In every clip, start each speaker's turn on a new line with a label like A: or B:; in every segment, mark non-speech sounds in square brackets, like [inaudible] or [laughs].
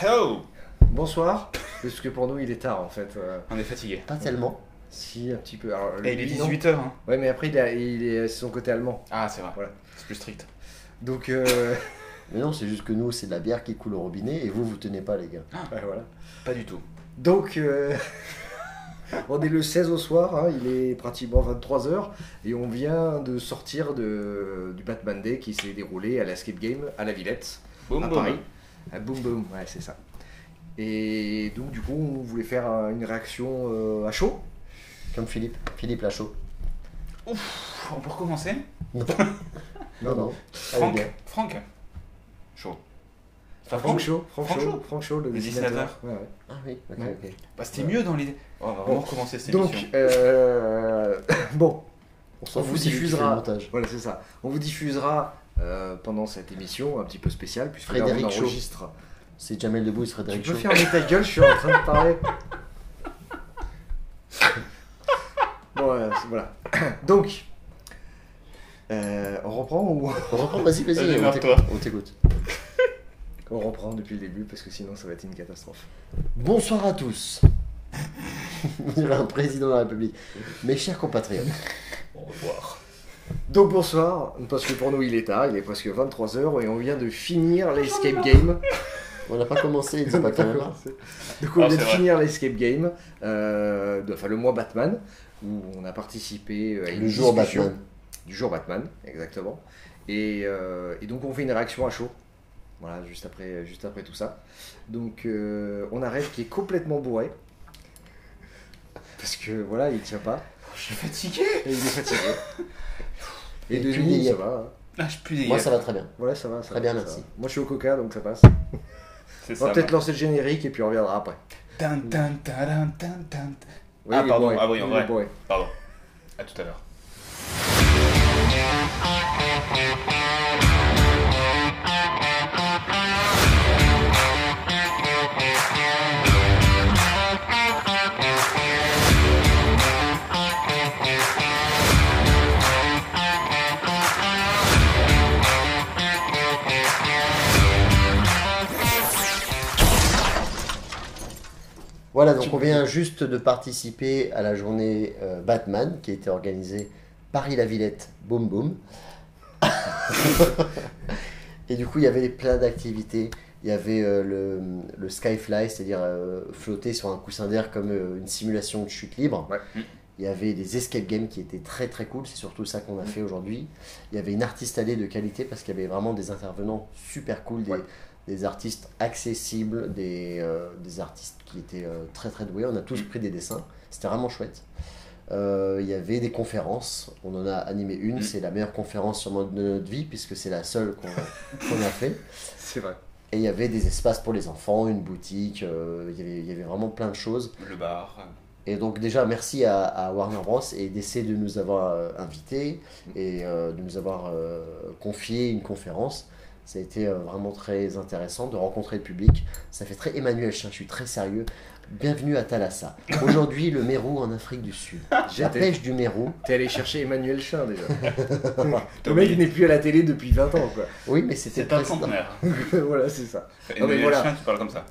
A: Hello
B: Bonsoir, [laughs] parce que pour nous il est tard en fait. euh,
A: On est fatigué.
C: Pas tellement.
B: si, un petit peu. Alors,
A: Et il est
B: lui, non.
A: 18h. Hein.
B: Ouais, mais après il, a- il est euh, c'est son côté allemand.
A: Ah, c'est vrai.
B: Voilà.
A: C'est plus strict.
B: Donc euh,
C: [laughs] Mais non, c'est juste que nous, c'est de la bière qui coule au robinet et vous, vous tenez pas, les gars.
B: [gasps] ouais, voilà.
A: Pas du tout.
B: Donc euh, [laughs] on est le 16 au soir, hein, il est pratiquement 23h et on vient de sortir de, du Batman Day qui s'est déroulé à la skate game à la Villette.
A: Boum,
B: à
A: boum.
B: Paris. Ah, boum boum, ouais c'est ça. Et donc du coup on voulait faire euh, une réaction euh, à chaud.
C: Comme Philippe. Philippe Lachaud.
A: Ouf, on peut recommencer
C: Non.
B: Non, non.
C: non, non.
A: Franck
C: bien.
A: Franck Chaud. Enfin,
B: Franck
A: Franck
B: Chaud, Franck
A: Franck
B: Chaud,
A: Chaud.
B: Franck Chaud, le
A: Le
B: dessinateur. Ouais, ouais.
C: Ah oui, ok,
B: Ouais.
C: ok.
A: Bah, c'était mieux dans les. Oh, on va
B: Bon.
A: vraiment recommencer cette
B: Donc,
A: émission.
B: euh, [laughs] bon,
C: On
B: On
C: s'en
B: vous
C: fout si
B: diffusera.
C: tu fais le montage.
B: voilà, c'est ça. On vous diffusera euh, pendant cette émission un petit peu spéciale, puisque là, on
C: Frédéric Chaud.
B: enregistre.
C: C'est Jamel Debout et
B: Tu
C: Frédéric
B: peux
C: Chaud.
B: fermer ta gueule, je suis en train de [laughs] parler. bon, euh, c'est- voilà. [coughs] Donc, euh, on reprend ou
C: On reprend, vas-y, vas-y.
A: Vas-y,
C: on
A: marre-toi.
C: t'écoute, On t'écoute.
B: on reprend depuis le début, parce que sinon, ça va être une catastrophe.
C: Bonsoir à tous. [laughs] On dirait un président de la République. Mes chers compatriotes.
A: On va voir.
B: Donc bonsoir, parce que pour nous il est tard, il est presque 23h et on vient de finir l'escape game.
C: On n'a pas commencé, ils ont pas quand même. marre.
B: Donc on
A: Ah,
B: vient de
A: c'est vrai.
B: finir l'escape game, euh, de- enfin le mois Batman, où on a participé euh, à une
C: Le jour
B: discussion
C: Batman.
B: Du jour Batman, exactement. Et, euh, et donc on fait une réaction à chaud, voilà, juste après, juste après tout ça. Donc euh, on a Rêve qui est complètement bourré, parce que voilà, il tient pas,
A: Je suis fatigué.
B: et il est fatigué. Et
C: Et
B: de
C: puis,
B: nuit,
C: il y
B: ça
C: a-
B: va. hein.
A: Ah, je pue des
C: Moi, ça va très bien.
B: Voilà, ça va. ça
C: Très
B: va,
C: bien,
B: ça
C: merci.
B: va. Moi, je suis au coca, donc ça passe.
A: C'est
B: On
A: ça.
B: va peut-être lancer le générique et puis on reviendra après.
A: Tin, tin, tarin, tin, tin.
B: Oui,
A: Ah,
B: il est
A: pardon.
B: bourré.
A: Ah oui, en
B: Il est
A: vrai.
B: bourré.
A: Pardon. À tout à l'heure.
C: Voilà, donc on vient juste de participer à la journée euh, Batman qui a été organisée Paris-La Villette, boum boum. [laughs] Et du coup, il y avait plein d'activités. Il y avait euh, le, le skyfly, c'est-à-dire euh, flotter sur un coussin d'air comme euh, une simulation de chute libre.
B: Ouais.
A: Mm.
C: Il y avait des escape games qui étaient très très cool, c'est surtout ça qu'on a
A: Mm.
C: fait aujourd'hui. Il y avait une artiste allée de qualité parce qu'il y avait vraiment des intervenants super cool, des,
B: Ouais.
C: des artistes accessibles, des, euh, des artistes qui étaient euh, très très doués. On a tous pris des dessins, c'était vraiment chouette. Euh, il y avait des conférences, on en a animé une,
A: Mm.
C: c'est la meilleure conférence sûrement de notre vie puisque c'est la seule qu'on qu'on a fait.
B: C'est vrai.
C: Et il y avait des espaces pour les enfants, une boutique, euh, il, y avait, il y avait vraiment plein de choses.
A: Le bar.
C: Et donc déjà, merci à, à Warner Bros. et DC de nous avoir euh, invités et euh, de nous avoir euh, confié une conférence. Ça a été euh, vraiment très intéressant de rencontrer le public. Ça fait très Emmanuel Chien, je suis très sérieux. Bienvenue à Thalassa. Aujourd'hui, le Mérou en Afrique du Sud. La
B: J'étais.
C: pêche du Mérou.
B: T'es allé chercher Emmanuel Chin
C: [laughs]
B: déjà.
A: T'as
B: Le mec
A: oublié.
B: il n'est plus à la télé depuis 20 ans quoi. [laughs]
C: Oui, mais c'était
A: C'est un
C: très-
A: centenaire.
B: voilà, c'est ça.
A: Et
B: Non, mais voilà.
A: chien, tu parles comme ça.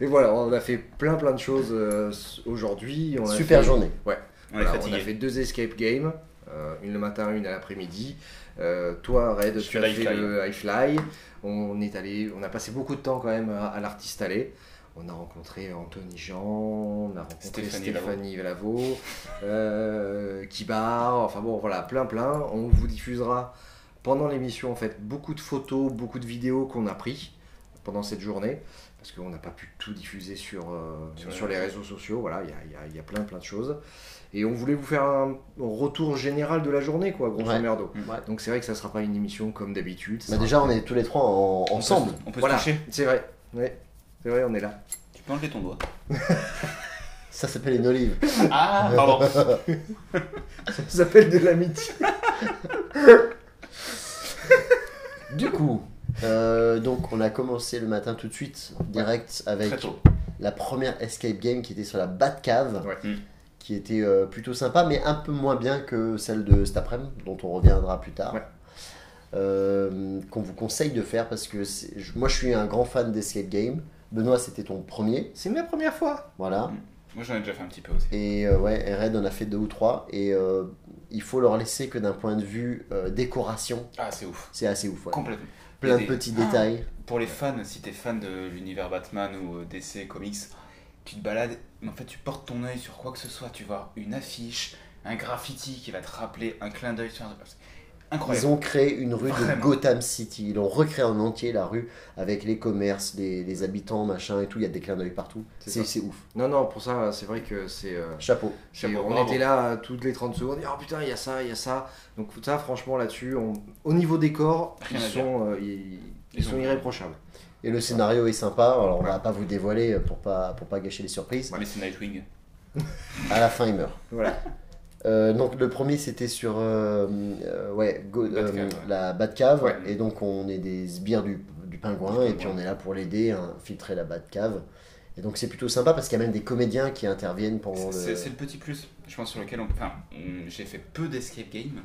B: Mais voilà, on a fait plein plein de choses euh, s- aujourd'hui. On a
C: Super
B: fait-
C: journée.
A: On
B: voilà,
A: est
B: on a
A: fatigué.
B: fait deux escape games, euh, une le matin, une à l'après-midi. Euh, toi, Red,
A: Je
B: tu
A: fais
B: as
A: l'high
B: fait
A: fly.
B: le high fly. On est allé, on a passé beaucoup de temps quand même à, à l'artiste allé. On a rencontré Anthony Jean, on a rencontré
A: Stéphanie Lavaux.
B: Stéphanie Lavaux, euh, Kibar, enfin bon voilà, plein plein. On vous diffusera pendant l'émission en fait beaucoup de photos, beaucoup de vidéos qu'on a prises pendant cette journée, parce qu'on n'a pas pu tout diffuser sur, euh,
A: Sur
B: sur,
A: les
B: les réseaux sociaux, voilà, il y a, il y a- il y a plein plein de choses. Et on voulait vous faire un retour général de la journée, quoi, grosso
C: Ouais.
B: merdo.
C: Ouais.
B: Donc c'est vrai que ça sera pas une émission comme d'habitude. ça
C: Bah,
B: sera-
C: déjà, on est tous les trois en- ensemble.
A: On peut
B: voilà,
A: se toucher.
B: c'est vrai, ouais, c'est vrai, on est là. [laughs]
A: Tu peux enlever ton doigt.
C: Ça s'appelle une olive. [laughs]
A: Ah, pardon.
B: Ça s'appelle de l'amitié.
C: Du coup, euh, donc on a commencé le matin tout de suite, direct
A: Très
C: avec
A: tôt.
C: la première escape game qui était sur la Batcave,
B: Ouais.
A: Mm.
C: qui était euh, plutôt sympa, mais un peu moins bien que celle de cet après-midi, dont on reviendra plus tard.
B: Ouais.
C: euh, qu'on vous conseille de faire parce que c'est- je- moi je suis un grand fan d'escape game. Benoît, c'était ton premier,
B: C'est ma première fois.
C: voilà.
A: Moi j'en ai déjà fait un petit peu aussi.
C: Et euh, ouais, et Red en a fait deux ou trois. Et euh, il faut leur laisser que d'un point de vue euh, décoration,
A: Ah, c'est ouf.
C: c'est assez ouf. ouais.
A: Complètement.
C: Plein de
A: Des-
C: petits
A: Ah.
C: détails.
A: Pour les fans, si t'es fan de l'univers Batman ou euh, DC Comics, tu te balades, mais en fait tu portes ton œil sur quoi que ce soit, tu vois une affiche, un graffiti qui va te rappeler, un clin d'œil sur un...
C: Ils
A: Incroyable.
C: ont créé une rue de
A: Vraiment.
C: Gotham City. Ils ont recréé en entier la rue avec les commerces, les, les habitants, machin et tout. Il y a des clins d'œil partout.
B: C'est
C: C'est
B: ça.
C: c'est ouf.
B: Non, non, pour ça, c'est vrai que c'est. euh,
C: Chapeau.
B: c'est-
A: Chapeau,
B: on
A: bravo.
B: était là euh, toutes les 30 secondes. Oh putain, il y a ça, il y a ça. Donc, ça, franchement, là-dessus, on- au niveau décor, ils
A: Rien à dire.
B: sont, euh, ils, ils
A: Ils
B: sont
A: ont-
B: irréprochables.
C: Et le scénario est sympa. Alors on
B: Ouais.
C: va pas vous dévoiler euh, pour pas pour pas gâcher les surprises.
A: Mais c'est Nightwing.
C: À la fin, il meurt.
B: Voilà.
C: Euh, donc le premier c'était sur euh, euh, ouais, Go-
A: Batcave,
C: euh,
A: ouais.
C: la Batcave
A: Ouais.
C: et donc on est des sbires du, du pingouin et puis on est là pour l'aider à infiltrer la Batcave et donc c'est plutôt sympa parce qu'il y a même des comédiens qui interviennent pendant
A: C'est- C'est
C: le...
A: c'est le petit plus, je pense, sur lequel on. Enfin, on- j'ai fait peu d'escape game,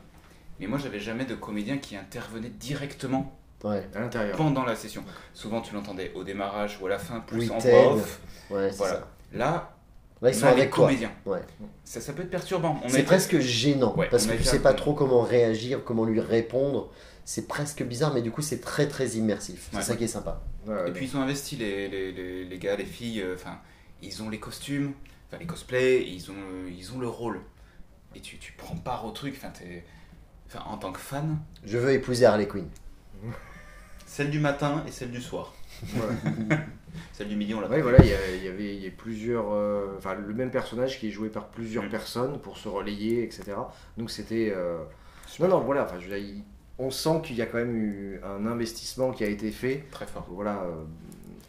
A: mais moi j'avais jamais de comédien qui intervenait directement
C: Ouais,
B: À l'intérieur.
A: pendant la session. Souvent tu l'entendais au démarrage ou à la fin, plus
C: Oui,
A: en
C: Ted.
A: voix off.
C: ouais, c'est
A: Voilà.
C: ça.
A: Là,
C: Là ils
A: on
C: sont
A: a les
C: avec quoi
A: comédiens.
C: Ouais.
A: Ça, ça peut être perturbant. On a
C: C'est
A: été-
C: presque gênant
A: Ouais,
C: parce
A: on
C: que
A: a
C: tu
A: été
C: sais pas
A: un-
C: trop comment réagir, comment lui répondre. C'est presque bizarre mais du coup c'est très très immersif.
A: Ouais.
C: C'est ça qui est sympa.
B: Ouais, ouais.
A: Et puis ils ont investi les, les, les, les gars, les filles, euh, enfin, ils ont les costumes, enfin les cosplays, ils ont, euh, ils ont le rôle. Et tu, tu prends part au truc, enfin t'es. Enfin, en tant que fan,
C: Je veux épouser Harley Quinn.
A: celle du matin et celle du soir.
B: Voilà.
A: Celle du midi, on l'a
B: Ouais,
A: pas
B: voilà, il y, a- il y avait il y a plusieurs. euh, Enfin, le même personnage qui est joué par plusieurs
A: Mm.
B: personnes pour se relayer, etc. Donc, c'était. euh, Non, non, voilà, enfin, je veux dire, il- on sent qu'il y a quand même eu un investissement qui a été fait.
A: Très fort.
B: Voilà, euh,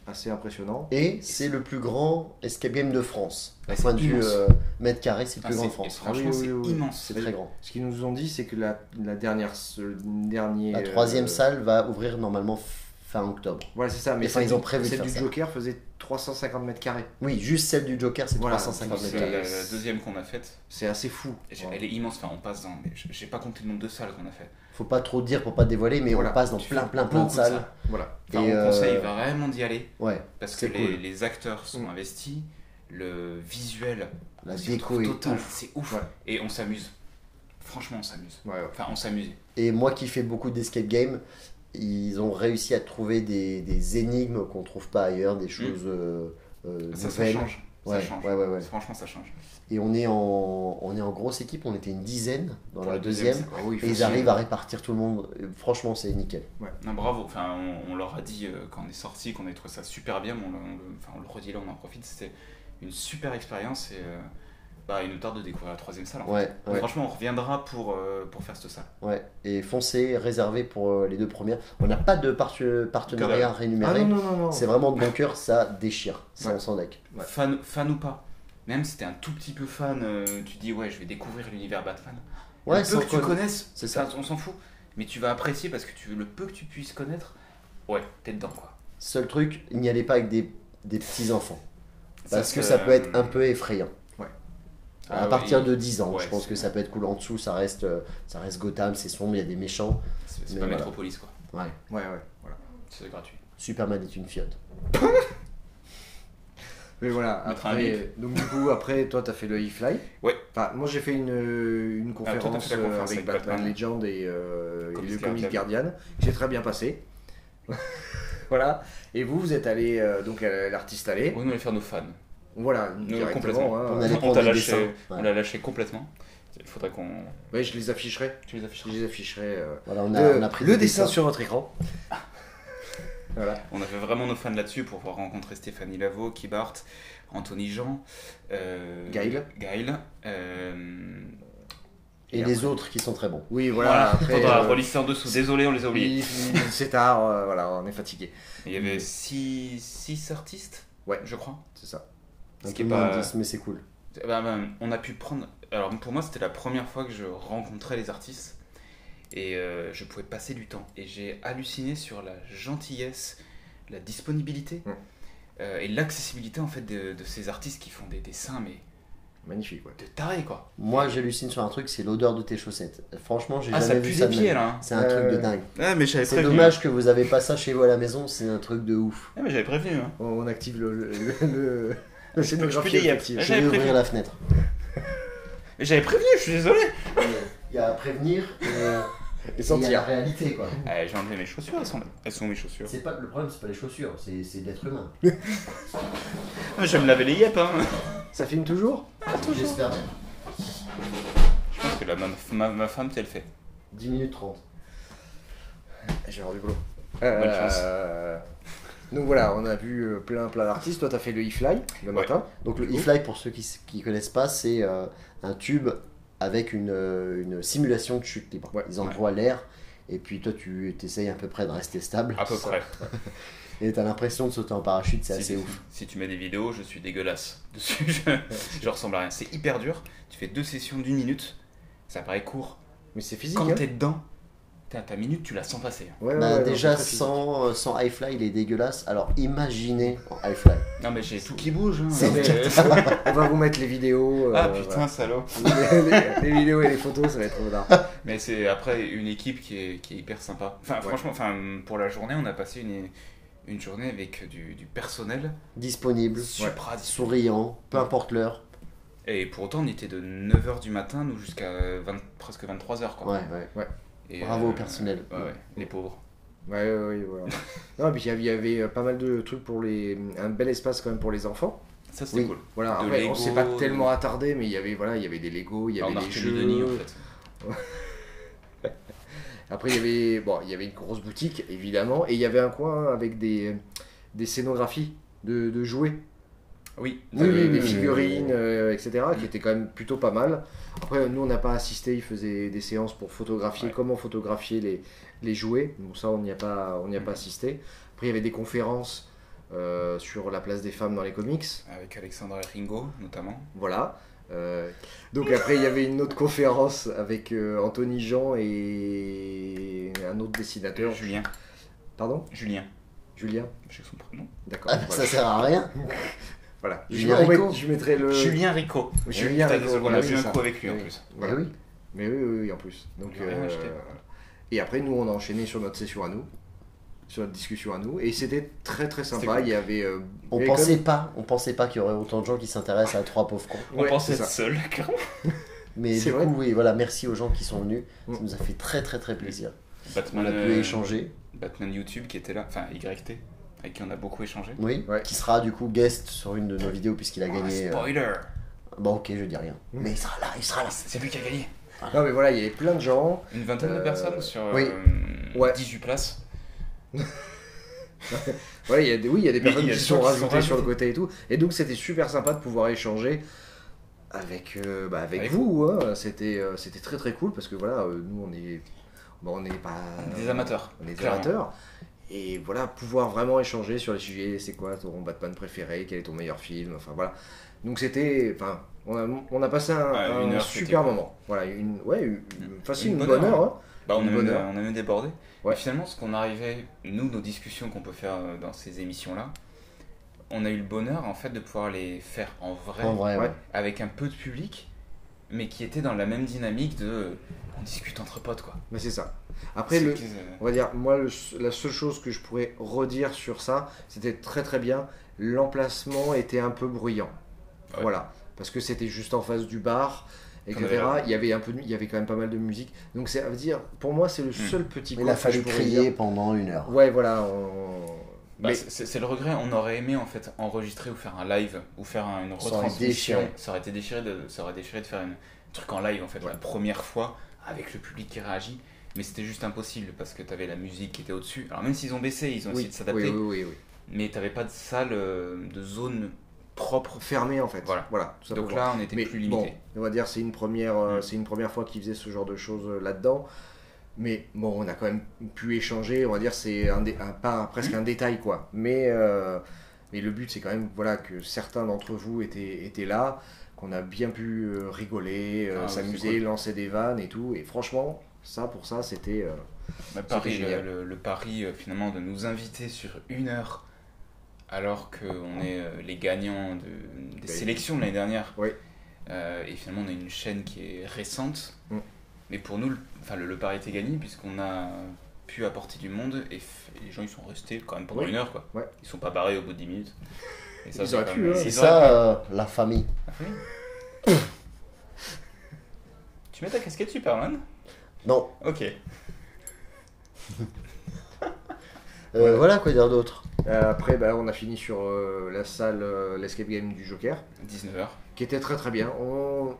B: assez impressionnant.
C: Et c'est le plus grand escape game de France.
A: Ah,
C: D'un
A: c'est
C: point de vue
A: immense.
C: euh, mètre carré, c'est le
A: Ah,
C: plus grand de
A: c'est-
C: France.
A: Franchement,
B: Ah oui, oui,
A: c'est
B: oui, oui.
A: immense.
C: C'est très grand.
B: Ce qu'ils nous ont dit, c'est que la, la dernière. ce- le dernier,
C: La troisième
B: euh,
C: salle va ouvrir normalement fin octobre.
B: Voilà, c'est ça, mais
C: Enfin,
B: celle
C: ils ont
B: du-
C: prévu de
B: celle
C: faire
B: du
C: ça.
B: Joker faisait 350 mètres carrés.
C: Oui, juste celle du Joker, c'est
B: Voilà,
A: C'est
C: 350 mètres
A: la,
C: carrés.
A: la- la deuxième qu'on a faite.
B: C'est assez fou.
A: Et j'ai-
B: Voilà.
A: Elle est immense. Enfin, on passe dans. mais J'ai j'ai pas compté le nombre de salles qu'on a fait.
C: Faut pas trop dire pour pas dévoiler, mais
B: Voilà,
C: on passe dans
A: tu
C: plein,
A: fais
C: plein, plein de
A: beaucoup de
C: salles.
A: ça.
B: Voilà.
A: Enfin,
C: Et,
A: on
C: euh,
A: conseille vraiment d'y aller
C: Ouais,
A: parce que
C: c'est
A: les,
C: cool.
A: les acteurs sont
B: Mm.
A: investis, le visuel,
C: la
A: on s'y
C: déco
A: retrouve
C: est
A: total,
C: ouf.
A: c'est ouf.
B: Ouais.
A: Et on s'amuse. Franchement, on s'amuse.
B: Ouais, ouais.
A: Enfin, on s'amuse.
C: Et moi qui fais beaucoup d'escape game, ils ont réussi à trouver des, des énigmes qu'on trouve pas ailleurs, des choses euh, euh,
A: Mm. Ça, ça
C: nouvelles.
A: change.
C: Ouais,
A: ça change.
C: ouais, ouais, ouais.
A: Franchement, ça change.
C: Et on est, en, on est en grosse équipe, on était une dizaine dans
A: Pour
C: la
A: la
C: deuxième.
A: deuxième,
B: Ah oui,
C: Et ils
B: faut-
C: arrivent à répartir tout le monde. Euh, Franchement, c'est nickel.
A: Non, bravo. Enfin, on, on leur a dit euh, quand on est sorti qu'on avait trouvé ça super bien. mais On, le- on le- enfin, on le redit là, on en profite. C'était une super expérience et euh, bah, il nous tarde de découvrir la troisième salle. en fait.
C: Ouais, ouais,
A: Franchement, on reviendra pour, euh, pour faire cette salle.
C: ouais. Et foncez, réservé pour euh, les deux premières. On n'a pas de parte-
A: Que
C: partenariat
B: Ah
C: rémunéré.
B: non, non, non, non.
C: c'est vraiment de bon cœur, ça déchire. Ça,
B: Ouais.
C: on s'en deck.
B: Ouais.
A: Fan, fan ou pas. Même si t'es un tout petit peu fan, euh, tu dis ouais, je vais découvrir l'univers Batman.
C: Ouais,
A: le peu
C: sans
A: que tu
C: cause.
A: connaisses,
C: C'est
A: ça, on s'en fout. Mais tu vas apprécier parce que tu, le peu que tu puisses connaître, ouais, t'es dedans quoi.
C: Seul truc, n'y allez pas avec des, des petits-enfants. Parce
A: Ça,
C: que
A: c'est,
C: ça peut
A: euh,
C: être un peu effrayant.
A: ah
C: à
A: ouais,
C: partir
A: il-
C: de 10 ans,
A: Ah ouais,
C: je pense
A: c'est-
C: que ça peut être cool. En dessous, ça reste, euh, ça reste Gotham, c'est sombre, il y a des méchants.
A: C'est c'est
C: Mais
A: pas
C: voilà.
A: Metropolis quoi.
C: Ouais.
B: Ouais, ouais, voilà.
A: C'est gratuit.
C: Superman est une fiotte.
B: Mais voilà,
A: Mettre un
B: après,
A: bip.
B: euh, donc du coup, après, toi, t'as fait le E-Fly.
A: Ouais.
B: Enfin, moi, j'ai fait une, euh, une
A: Ah, toi, t'as fait la
B: conférence, euh,
A: conférence
B: avec
A: avec
B: Batman,
A: Batman.
B: Legend et, euh, et
A: Comics
B: le Comics
A: Guardian.
B: Guardian, qui s'est très bien passé. [laughs] voilà. Et vous, vous êtes allé, euh, donc, à l'artiste allé.
A: On allait faire nos fans.
B: Voilà,
A: Nous,
B: directement.
A: complètement.
B: hein.
C: On allait
A: Ah, On
C: prendre
A: t'a
C: des
A: lâché,
C: dessins.
A: on
C: Ouais.
A: l'a lâché complètement. Il faudrait qu'on.
B: Ouais, je les afficherai.
A: Tu les
B: Je
A: afficheras.
B: les afficherai. euh,
C: Voilà, on a,
B: le-
C: on a pris
B: le
C: des
B: dessin
C: dessins.
B: sur votre écran. voilà.
A: On avait vraiment nos fans là-dessus pour pouvoir rencontrer Stéphanie Lavaux, Kibart, Anthony Jean, euh,
B: Gaël.
A: Gaël, euh,
C: Et les autres qui sont très bons.
B: Oui,
A: Voilà, [laughs]
B: voilà. après,
A: faudra
B: euh,
A: relister en dessous. Désolé, on les a oubliés.
B: il- il- c'est tard, euh, voilà, on est fatigué.
A: Il y avait 6 artistes,
B: Ouais.
A: je crois.
B: C'est ça.
A: Ce
C: Un
A: qui
C: peu
A: est
C: moins
A: pas-
C: de 10, mais c'est cool.
A: Eh ben, ben, on a pu prendre. Alors pour moi, c'était la première fois que je rencontrais les artistes et euh, je pouvais passer du temps. Et j'ai halluciné sur la gentillesse, la disponibilité
B: Mm.
A: euh, et l'accessibilité en fait de, de ces artistes qui font des dessins mais
B: Magnifique, ouais.
A: de taré quoi.
C: Moi, j'hallucine sur un truc, c'est l'odeur de tes chaussettes. Franchement, j'ai
A: Ah, ça
C: jamais vu
A: pue
C: ça.
A: des
C: de
A: pieds
C: ma-
A: là. hein.
C: C'est un
B: Ouais,
C: truc de
B: ouais.
C: dingue.
A: Ouais, Ah, mais j'avais
C: C'est
A: prévenu.
C: dommage que vous avez pas ça chez vous à la maison, c'est un truc de ouf.
A: Ouais, mais j'avais prévenu. hein.
B: On, on active le, le, le, le- la
A: Je peux
B: scénographie
A: dire,
B: effective.
A: Ah,
C: Je
A: j'avais
C: vais
A: prévu.
C: ouvrir la fenêtre.
A: Mais J'avais prévenu, je suis désolé.
C: Il y a à prévenir et euh,
B: Et
C: et il y a la
B: sentir.
C: réalité quoi.
A: Ah, j'ai enlevé mes chaussures, elles sont là. Elles sont où, mes chaussures.
C: C'est pas le problème, c'est pas les chaussures, c'est c'est l'être humain.
A: Ah, J'aime laver les yep, hein.
B: Ça filme toujours
C: J'espère. bien.
A: Je pense que la, ma, ma, ma femme, c'est le fait.
C: 10 minutes 30.
B: Eh, J'ai avoir du boulot.
A: Bonne chance.
B: Euh, [laughs] Donc voilà, on a vu euh, plein plein d'artistes. Toi, t'as fait le e-fly le
A: Ouais.
B: matin.
C: Donc le E-Fly, pour ceux qui ne connaissent pas, c'est euh, un tube avec une, euh, une simulation de chute libre.
B: Ouais.
C: Ils envoient l'air. Et puis toi, tu essayes à peu près de rester stable.
A: À peu
C: Ça.
A: près.
C: Et t'as l'impression de sauter en parachute, c'est
A: Si
C: assez
A: tu-
C: ouf.
A: Si tu mets des vidéos, je suis dégueulasse. [laughs] Dessus, je, je ressemble à rien. C'est hyper dur. Tu fais deux sessions d'une minute. Ça paraît court.
B: Mais c'est physique.
A: Quand
B: hein.
A: t'es dedans, t'as- ta minute, tu la sens passer.
B: Ouais, ouais,
C: Bah,
B: ouais,
C: déjà,
B: non, c'est très physique.
C: sans, euh, sans High Fly, il est dégueulasse. Alors imaginez en High Fly.
A: Non, mais j'ai tout qui bouge. hein.
C: C'est
A: Non, mais-
B: [laughs] On va vous mettre les vidéos.
A: Ah
B: euh,
A: putain, salaud.
B: voilà. [laughs] les, les- les vidéos et les photos, ça va être trop d'art.
A: Mais c'est après une équipe qui est, qui est hyper sympa. Enfin, franchement, enfin, pour la journée, on a passé une, une journée avec du, du personnel
C: Disponible,
A: supra
C: souriant, peu importe l'heure.
A: Et pour autant, on était de 9h du matin, nous, jusqu'à 20 presque 23h. Quoi.
C: Ouais, ouais.
A: Et,
C: Bravo au
A: euh,
C: personnel.
A: ouais, ouais, les pauvres.
B: Ouais, ouais, ouais, voilà. non, puis il y avait- il y avait euh, pas mal de trucs pour les. Un bel espace quand même pour les enfants.
A: Ça, c'était
C: Oui.
A: cool.
B: Voilà,
A: De
B: après, on
A: Lego,
B: s'est pas
A: de-
B: tellement attardé, mais il y avait voilà, il y avait des Lego, il y avait
A: Alors,
B: des
A: Marc
B: jeux.
A: Denis, en fait.
B: Après, il y avait bon, il y avait une grosse boutique évidemment, et il y avait un coin avec des des scénographies de, de jouets,
A: Oui,
B: des,
C: oui,
B: des
C: oui,
B: figurines,
C: oui.
B: euh, etc., qui étaient quand même plutôt pas mal. Après, nous, on n'a pas assisté, ils faisaient des séances pour photographier,
A: Ouais.
B: comment photographier les, les jouets. Bon, ça, on n'y a pas, on
C: Mm.
B: n'y a pas assisté. Après, il y avait des conférences euh, sur la place des femmes dans les comics.
A: avec Alexandra Ringo, notamment.
B: Voilà. Euh, donc après, il y avait une autre conférence avec euh, Anthony Jean et un autre dessinateur.
A: Julien.
B: Pardon
A: Julien.
B: Julien
A: J'ai son prénom.
B: D'accord.
C: Ah, Ça sert à rien.
B: Voilà. Je,
C: Julien
B: on met-
C: Rico.
B: je mettrai le.
A: Julien Rico.
B: Euh,
A: Putain,
B: Julien Rico,
A: désolé, on
B: voilà,
A: a vu
B: c'est
A: un
B: ça.
A: coup avec lui en
B: Oui.
A: plus.
B: Voilà.
C: Eh oui.
B: Mais oui, oui, oui, en plus. Donc,
A: On a rien
B: euh,
A: acheté.
B: Et après, nous, on a enchaîné sur notre session à nous, sur notre discussion à nous, et c'était très très
A: C'était
B: sympa.
A: cool.
B: Il y avait. euh, il y
C: On
B: avait
C: pensait pas, on pensait pas qu'il y aurait autant de gens qui s'intéressent à trois pauvres cons.
A: On
B: Ouais,
A: pensait
B: c'est
A: être seul, [laughs] clairement.
C: Mais
B: C'est
C: du
B: vrai.
C: coup, oui, voilà, merci aux gens qui sont venus.
B: Mm.
C: Ça nous a fait très très très plaisir. On
A: Batman,
C: a pu
A: euh,
C: échanger,
A: Batman YouTube qui était là, enfin YT, avec qui on a beaucoup échangé.
C: oui.
B: Ouais.
C: Qui sera du coup guest sur une de nos vidéos puisqu'il a
A: Ah,
C: gagné. euh,
A: spoiler
C: Bon, ok, je dis rien.
B: Mm.
C: Mais il sera là, il sera là.
A: C'est lui qui a gagné
B: ça. Non, mais voilà, il y avait plein de gens.
A: Une vingtaine de
B: Euh,
A: personnes sur euh,
C: oui.
B: Ouais.
A: 18 places.
B: Ouais, il y a des, oui, il y a des
A: Mais
B: personnes
A: il y a
B: qui
A: des
B: sont
A: gens qui sont
B: rajoutées sur le
A: rajoutées.
B: côté et tout. Et donc, c'était super sympa de pouvoir échanger avec, euh, bah, avec,
A: Avec
B: vous. hein. C'était euh, c'était très très cool parce que voilà, euh, nous, on est. bah, on n'est pas.
A: Des amateurs.
B: On est des
A: clairement.
B: amateurs. Et voilà, pouvoir vraiment échanger sur les sujets, c'est quoi ton Batman préféré, quel est ton meilleur film, enfin voilà. Donc c'était, enfin, on a, on a passé un,
A: Ah, une
B: un
A: heure,
B: super
A: c'était-
B: moment. Voilà, une, ouais, une, une- facile,
A: Une
B: une,
A: bonne
B: bonne
A: heure.
B: heure. hein.
A: Bah, on, a
B: Une
A: même,
B: bonne heure.
A: on a même débordé.
B: Ouais.
A: Mais finalement, ce qu'on arrivait, nous, nos discussions qu'on peut faire euh, dans ces émissions-là, on a eu le bonheur en fait de pouvoir les faire en vrai,
C: En vrai,
B: Ouais.
C: ouais.
A: avec un peu de public, mais qui était dans la même dynamique de euh, on discute entre potes quoi.
B: hein. Mais c'est ça. Après,
A: C'est
B: le,
A: qu'ils, euh,
B: on va dire, moi, le- la seule chose que je pourrais redire sur ça, c'était très très bien. L'emplacement était un peu bruyant.
A: Ouais.
B: Voilà. Parce que c'était juste en face du bar, etc.
A: avait la-
B: Il y avait un peu, de- il y avait quand même pas mal de musique. Donc, c'est à dire, pour moi, c'est le
A: Hmm.
B: seul petit
C: Il
B: point
C: a
B: que
C: fallu
B: je pourrais
C: crier
B: dire.
C: pendant une heure.
B: hein. Ouais, voilà. on-
A: Bah,
B: Mais-
A: c'est c'est le regret, on aurait aimé en fait enregistrer ou faire un live ou faire un- une
C: Ça aurait
A: retransmission.
C: déchiré.
A: Ça aurait été déchiré de, ça aurait déchiré de faire une- un truc en live en fait
B: Ouais.
A: la première fois avec le public qui réagit. Mais c'était juste impossible parce que t'avais la musique qui était au-dessus. Alors même s'ils ont baissé, ils ont essayé de s'adapter,
B: Oui, oui, oui, oui.
A: mais t'avais pas de salle, euh, de zone propre.
B: Fermé en fait.
A: Voilà.
B: tout simplement.
A: Donc là, on était
B: Mais
A: plus
B: bon,
A: limité.
B: on va dire c'est une première, euh,
A: Mm.
B: c'est une première fois qu'ils faisaient ce genre de choses euh, là-dedans. Mais bon, on a quand même pu échanger. On va dire c'est un, dé- un- pas un- presque un détail quoi. Mais euh, mais le but c'est quand même voilà que certains d'entre vous étaient étaient là, qu'on a bien pu euh, rigoler, euh,
A: Ah ouais, c'est
B: s'amuser,
A: cool.
B: lancer des vannes et tout. Et franchement, ça pour ça c'était euh,
A: Bah, Paris,
B: c'était
A: le,
B: génial.
A: le- le pari euh, finalement de nous inviter sur une heure alors qu'on est euh, les gagnants de- des
B: Bah,
A: sélections de l'année dernière.
B: oui.
A: Euh, et finalement, on a une chaîne qui est récente.
B: Mm.
A: Mais pour nous, le, enfin, le, le pari était gagné puisqu'on a pu apporter du monde et, f- et les gens ils sont restés quand même pendant
B: Oui.
A: une heure. Quoi.
B: Ouais.
A: Ils sont pas barrés au bout de 10 minutes. Et
B: Ils
A: c'est
B: auraient
A: quand
B: pu,
A: même-
B: hein.
A: ils
C: C'est
A: auraient pu.
C: ça, euh, la famille.
A: Tu mets ta casquette Superman
C: Non,
A: Ok.
C: euh, voilà quoi dire d'autre.
B: Euh, Après, bah, on a fini sur euh, la salle, euh, l'escape game du Joker,
A: 19h.
B: qui était très très bien. On...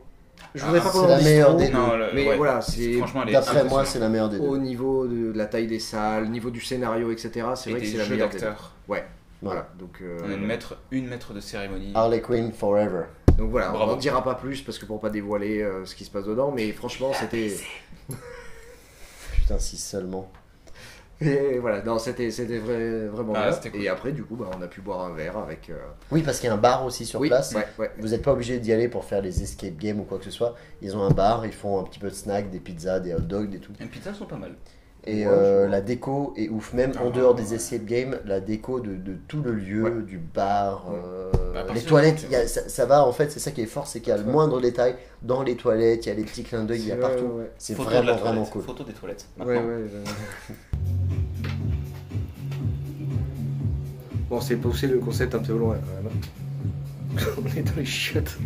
B: Je voudrais
A: Ah,
B: pas
A: c'est
B: qu'on en
C: la
B: dise
C: meilleure
B: trop,
C: des-
A: Non, le-
B: mais
A: ouais.
B: voilà, c'est
A: Franchement, elle est
C: D'après moi,
A: impressionnante.
C: c'est la meilleure des deux.
B: au niveau de la taille des salles, niveau du scénario, etc. C'est
A: Et
B: vrai que
A: des
B: c'est la
A: jeux
B: meilleure. des-
A: d'acteurs.
B: Voilà, donc, euh,
A: On a une maître, une maître de cérémonie.
C: Harley Quinn Forever.
B: donc voilà, on
A: Bravo.
B: n'en dira pas plus parce que pour pas dévoiler euh, ce qui se passe dedans, mais franchement, c'était.
C: Putain, si seulement.
B: Et [laughs] voilà, non, c'était c'était vrai- vraiment
A: Ah,
B: bien.
A: c'était cool.
B: Et après, du coup, bah, on a pu boire un verre avec. euh,
C: Oui, parce qu'il y a un bar aussi sur
B: oui,
C: place.
B: ouais, ouais.
C: Vous n'êtes pas obligé d'y aller pour faire les escape games ou quoi que ce soit. Ils ont un bar, ils font un petit peu de snack, des pizzas, des hot dogs, des tout.
A: Les pizzas sont pas mal.
C: Et
B: Ouais,
C: euh,
B: je vois.
C: la déco est ouf. Même en
A: Ah,
C: dehors des
A: ouais.
C: escape games, la déco de, de tout le lieu,
B: Ouais.
C: du bar,
B: Ouais.
C: euh,
A: Bah, à partir
C: les
A: du
C: toilettes,
A: moment où
C: il y a- ça, ça va en fait, c'est ça qui est fort, c'est qu'il y a le
B: Ouais.
C: moindre détail dans les toilettes, il y a les petits clins d'œil, il y a
B: Ouais,
C: partout.
B: Euh, ouais,
C: C'est
A: Photo de la
C: vraiment, vraiment
A: toilette.
C: cool.
A: Photo des toilettes.
B: Ouais,
A: maintenant.
B: ouais, je- Bon, c'est poussé le concept un peu loin. quand même, hein. [laughs] on est dans les chiottes.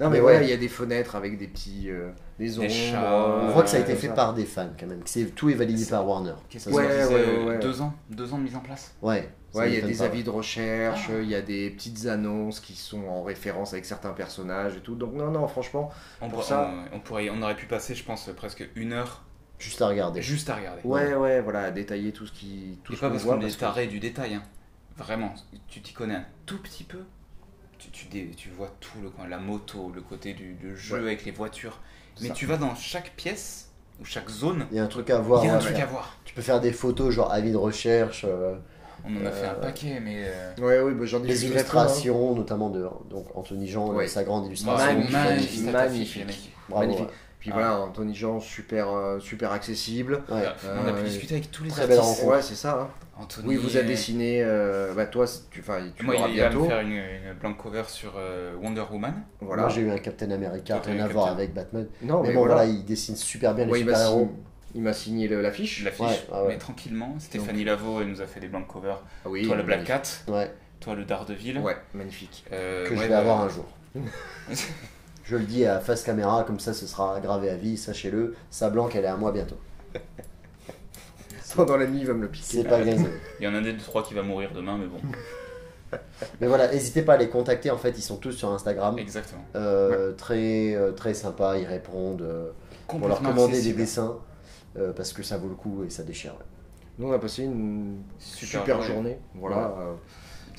B: Non, mais,
C: Mais
B: voilà,
C: ouais.
B: il y a des fenêtres avec des petits. euh, des ombres.
A: chats.
B: euh,
C: On voit que ça a été
B: comme
C: fait par des fans quand même. que c'est- Tout est validé
A: C'est-
C: par Warner.
A: Qu'est-ce
C: Ça,
A: que
B: Ouais,
A: ça
B: ouais,
A: disait,
B: ouais, ouais.
A: Deux ans, deux ans de mise en place.
C: c'est- Ouais, ça
B: Ouais, il y a
C: m'étonne
B: des
C: pas.
B: avis de recherche, il y a des petites annonces qui sont en référence avec certains personnages et tout. Donc, non, non, franchement,
A: On,
B: Pour
A: pourra-
B: ça-
A: on, on pourrait, on aurait pu passer, je pense, presque une heure
C: Juste à regarder.
A: juste à regarder.
B: ouais, ouais, voilà, à détailler tout ce qui. Tout
A: Et
B: ce
A: pas
B: qu'on
A: parce
B: voit,
A: qu'on est
B: que-
A: taré du détail. hein. Vraiment, tu t'y connais un tout petit peu. Tu, tu, dé- tu vois tout le coin, la moto, le côté du, du jeu
B: Ouais.
A: avec les voitures. Mais
B: Ça.
A: tu vas dans chaque pièce ou chaque zone,
C: Il y a un truc à
A: il
C: voir.
A: y a un
C: à
A: truc
C: faire.
A: à voir.
C: Tu peux faire des photos genre avis de recherche, euh,
A: On en a fait un paquet, mais. euh,
B: Ouais, ouais, bah, j'en ai
C: des
B: vu très peu, hein.
C: illustrations, notamment de donc Anthony Jean,
B: Ouais.
C: sa grande illustration.
B: Magnifique,
A: Oh, magnifique,
B: magnifique.
A: les mecs.
C: Bravo,
B: magnifique.
C: ouais.
B: Puis
A: Ah.
B: voilà, Anthony Jean, super, euh, super accessible.
C: Ouais.
A: Voilà. Ah, On a
B: Euh,
A: pu discuter avec tous les
C: très belle
A: artistes.
C: rencontre.
B: Ouais, c'est ça. hein.
A: Anthony,
B: Oui, vous a
A: euh,
B: dessiné. euh, bah, toi, c- tu, enfin, tu
A: Moi, il
B: l'auras
A: il va me
B: bientôt.
A: faire une, une blank cover sur euh, Wonder Woman.
B: Voilà.
C: Moi j'ai eu un Captain America,
A: Toi, t'as eu
C: rien
A: un
C: à voir
A: Captain. bah,
C: avec Batman.
B: Non,
C: Oh, mais
B: mais
C: bon, voilà.
B: voilà.
C: il dessine super bien les
B: Ouais, il m'a
C: super-héros.
B: signé- il m'a signé le- l'affiche.
A: Je l'affiche,
C: Ouais, ah ouais.
A: mais tranquillement. Stéphanie Lavo, elle nous a fait des blank covers.
B: Ah oui,
A: toi, le Black
B: magnifique.
A: Cat.
C: Ouais,
A: Toi, le Daredevil.
B: Ouais, magnifique.
A: Euh,
C: que je
A: ouais,
C: vais
A: bah,
C: avoir
A: [laughs]
C: un jour. Je le dis à face caméra, comme ça ce sera gravé à vie, sachez-le. Sa blanque, elle est à moi bientôt.
B: Pendant la nuit, il va me le
C: C'est
B: piquer.
C: pas gagné.
A: Il y en a un des trois qui va mourir demain, mais
C: [laughs]
A: bon.
C: Mais voilà, n'hésitez pas à les contacter, en fait, ils sont tous sur Instagram.
A: Exactement.
C: Euh, Très, euh, très sympa, ils répondent. euh, pour leur
A: Complètement
C: commander des
A: accessible.
C: dessins euh, parce que ça vaut le coup et ça déchire. ouais.
B: Nous, on a passé une
A: Super
B: super,
A: journée.
B: journée. Voilà. euh,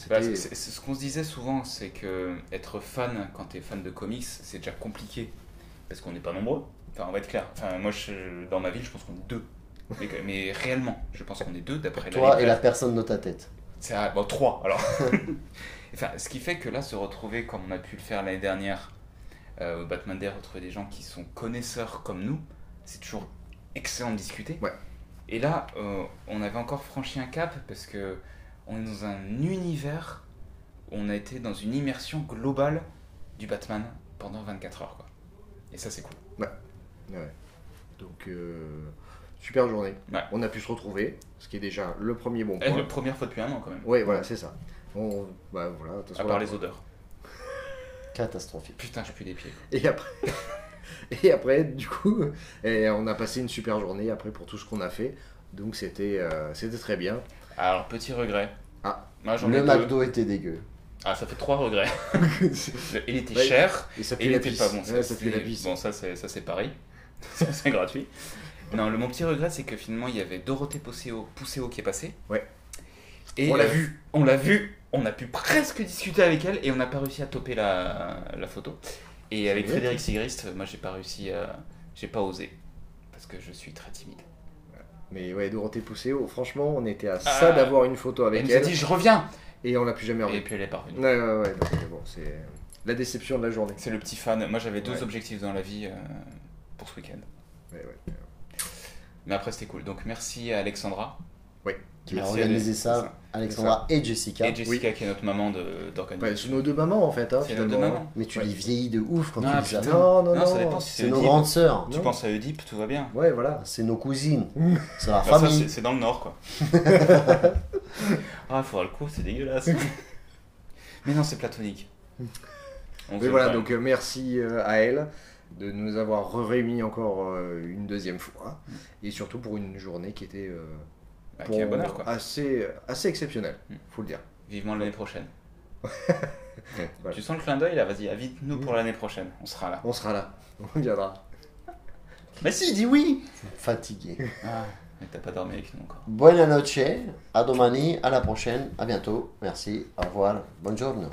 A: Bah, c'est-
B: c'était-
A: c'est- c'est ce qu'on se disait souvent, c'est que être fan, quand t'es fan de comics, c'est déjà compliqué. Parce qu'on n'est pas nombreux. Enfin, on va être clair. Enfin, moi, je- dans ma ville, je pense qu'on est deux. Mais, que- mais réellement, je pense qu'on est deux d'après
C: Toi et
A: librairie.
C: la personne dans ta tête.
A: Ça- bon, trois
B: [laughs]
A: alors. [laughs] enfin, ce qui fait que là, se retrouver comme on a pu le faire l'année dernière euh, au Batman Day, retrouver des gens qui sont connaisseurs comme nous, c'est toujours excellent de discuter.
B: Ouais.
A: Et là, euh, on avait encore franchi un cap parce que on est dans un univers où on a été dans une immersion globale du Batman pendant 24 heures. Quoi. Et ça, c'est cool.
B: Donc, euh, super journée.
A: Ouais.
B: On a pu se retrouver, ce qui est déjà le premier bon
A: Et la
B: point.
A: première fois depuis un an quand même.
B: Ouais, voilà, c'est ça. On, bah, voilà, de toute
A: À
B: façon,
A: part
B: là-
A: les odeurs.
C: Catastrophique.
A: Putain, je pue des pieds.
B: Et après, [laughs] et après du coup, et on a passé une super journée après pour tout ce qu'on a fait. Donc c'était euh, c'était très bien.
A: Alors, petit regret.
B: Ah.
A: Moi, j'en ai
C: Le
A: deux.
C: McDo était dégueu.
A: Ah, ça fait trois regrets.
B: [laughs]
A: Le- Il était
B: Ouais.
A: cher.
B: Et ça
A: Et
B: pue
A: il
B: la
A: était
B: pisse.
A: pas bon.
B: Ouais, ça pue la pisse.
A: Bon, ça c'est ça c'est
B: [laughs]
A: pareil. Ça, c'est gratuit. Non, le, mon petit regret, c'est que finalement, il y avait Dorothée Pousseau, Pousseau qui est passée.
B: Ouais.
A: Et
B: On l'a
A: euh,
B: vu.
A: On l'a vu. On a pu presque discuter avec elle et on n'a pas réussi à toper la, la photo. Et avec
B: bien.
A: Frédéric Sigrist, moi, j'ai pas réussi à. J'ai pas osé. Parce que je suis très timide.
B: Mais ouais, Dorothée Pousseau, franchement, on était à
A: Ah.
B: ça d'avoir une photo
A: Elle
B: avec
A: nous a
B: elle.
A: dit Je reviens
B: Et on l'a plus jamais
A: Et
B: revu.
A: puis elle est parvenue.
B: Ouais, ouais, ouais. non, mais bon, c'est la déception de la journée.
A: C'est le petit fan. Moi, j'avais deux
B: Ouais.
A: objectifs dans la vie euh, pour ce week-end.
B: Ouais, ouais.
A: Mais après, c'était cool. Donc, merci à Alexandra
B: Oui.
C: qui a
A: Merci,
C: organisé
A: elle est- c'est
C: ça,
A: ça.
C: Alexandra et Jessica.
A: Et Jessica qui est notre maman de-
B: Ouais,
A: d'organisation.
B: c'est nos deux mamans en fait. Hein,
A: c'est notre
B: finalement.
A: maman.
C: Mais tu
B: Ouais.
C: les vieillis de ouf quand
A: Non,
C: tu les
A: putain.
C: as.
B: Non, non, non.
A: Non, ça dépend si
C: C'est
A: c'est
C: nos
A: Oedipe.
C: grandes sœurs.
A: Tu
B: Non.
A: penses à Oedipe, tout va bien.
B: hein. Ouais, voilà.
C: C'est nos cousines.
B: Mm.
C: C'est la
A: Enfin, Bah, ça,
C: famille.
A: c'est- c'est dans le nord, quoi. ah, faudra le coup, c'est dégueulasse. Mais non, c'est platonique. On
B: Mais
A: s'aime
B: voilà,
A: quand même.
B: donc euh, merci euh, à elle de nous avoir réunis encore euh, une deuxième fois. Et surtout pour une journée qui était euh,
A: Bah,
B: pour-
A: quel bonheur,
B: ah.
A: quoi.
B: assez, euh, assez exceptionnelle,
A: Mm.
B: faut le dire.
A: Vivement l'année prochaine.
B: Voilà.
A: Tu sens le clin d'œil là, vas-y, invite-nous pour l'année prochaine, on sera là.
B: On sera là, on viendra.
A: Bah si, dis oui
C: Fatigué.
A: ah, Mais t'as pas dormi avec nous encore.
C: Buona noche, à domani, à la prochaine, à bientôt, merci, au revoir, buongiorno.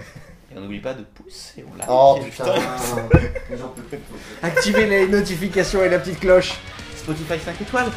A: Et on n'oublie pas de pousser, on l'a. [laughs]
C: Oh putain,
B: Activez les [laughs] notifications et la petite cloche.
A: Spotify 5 étoiles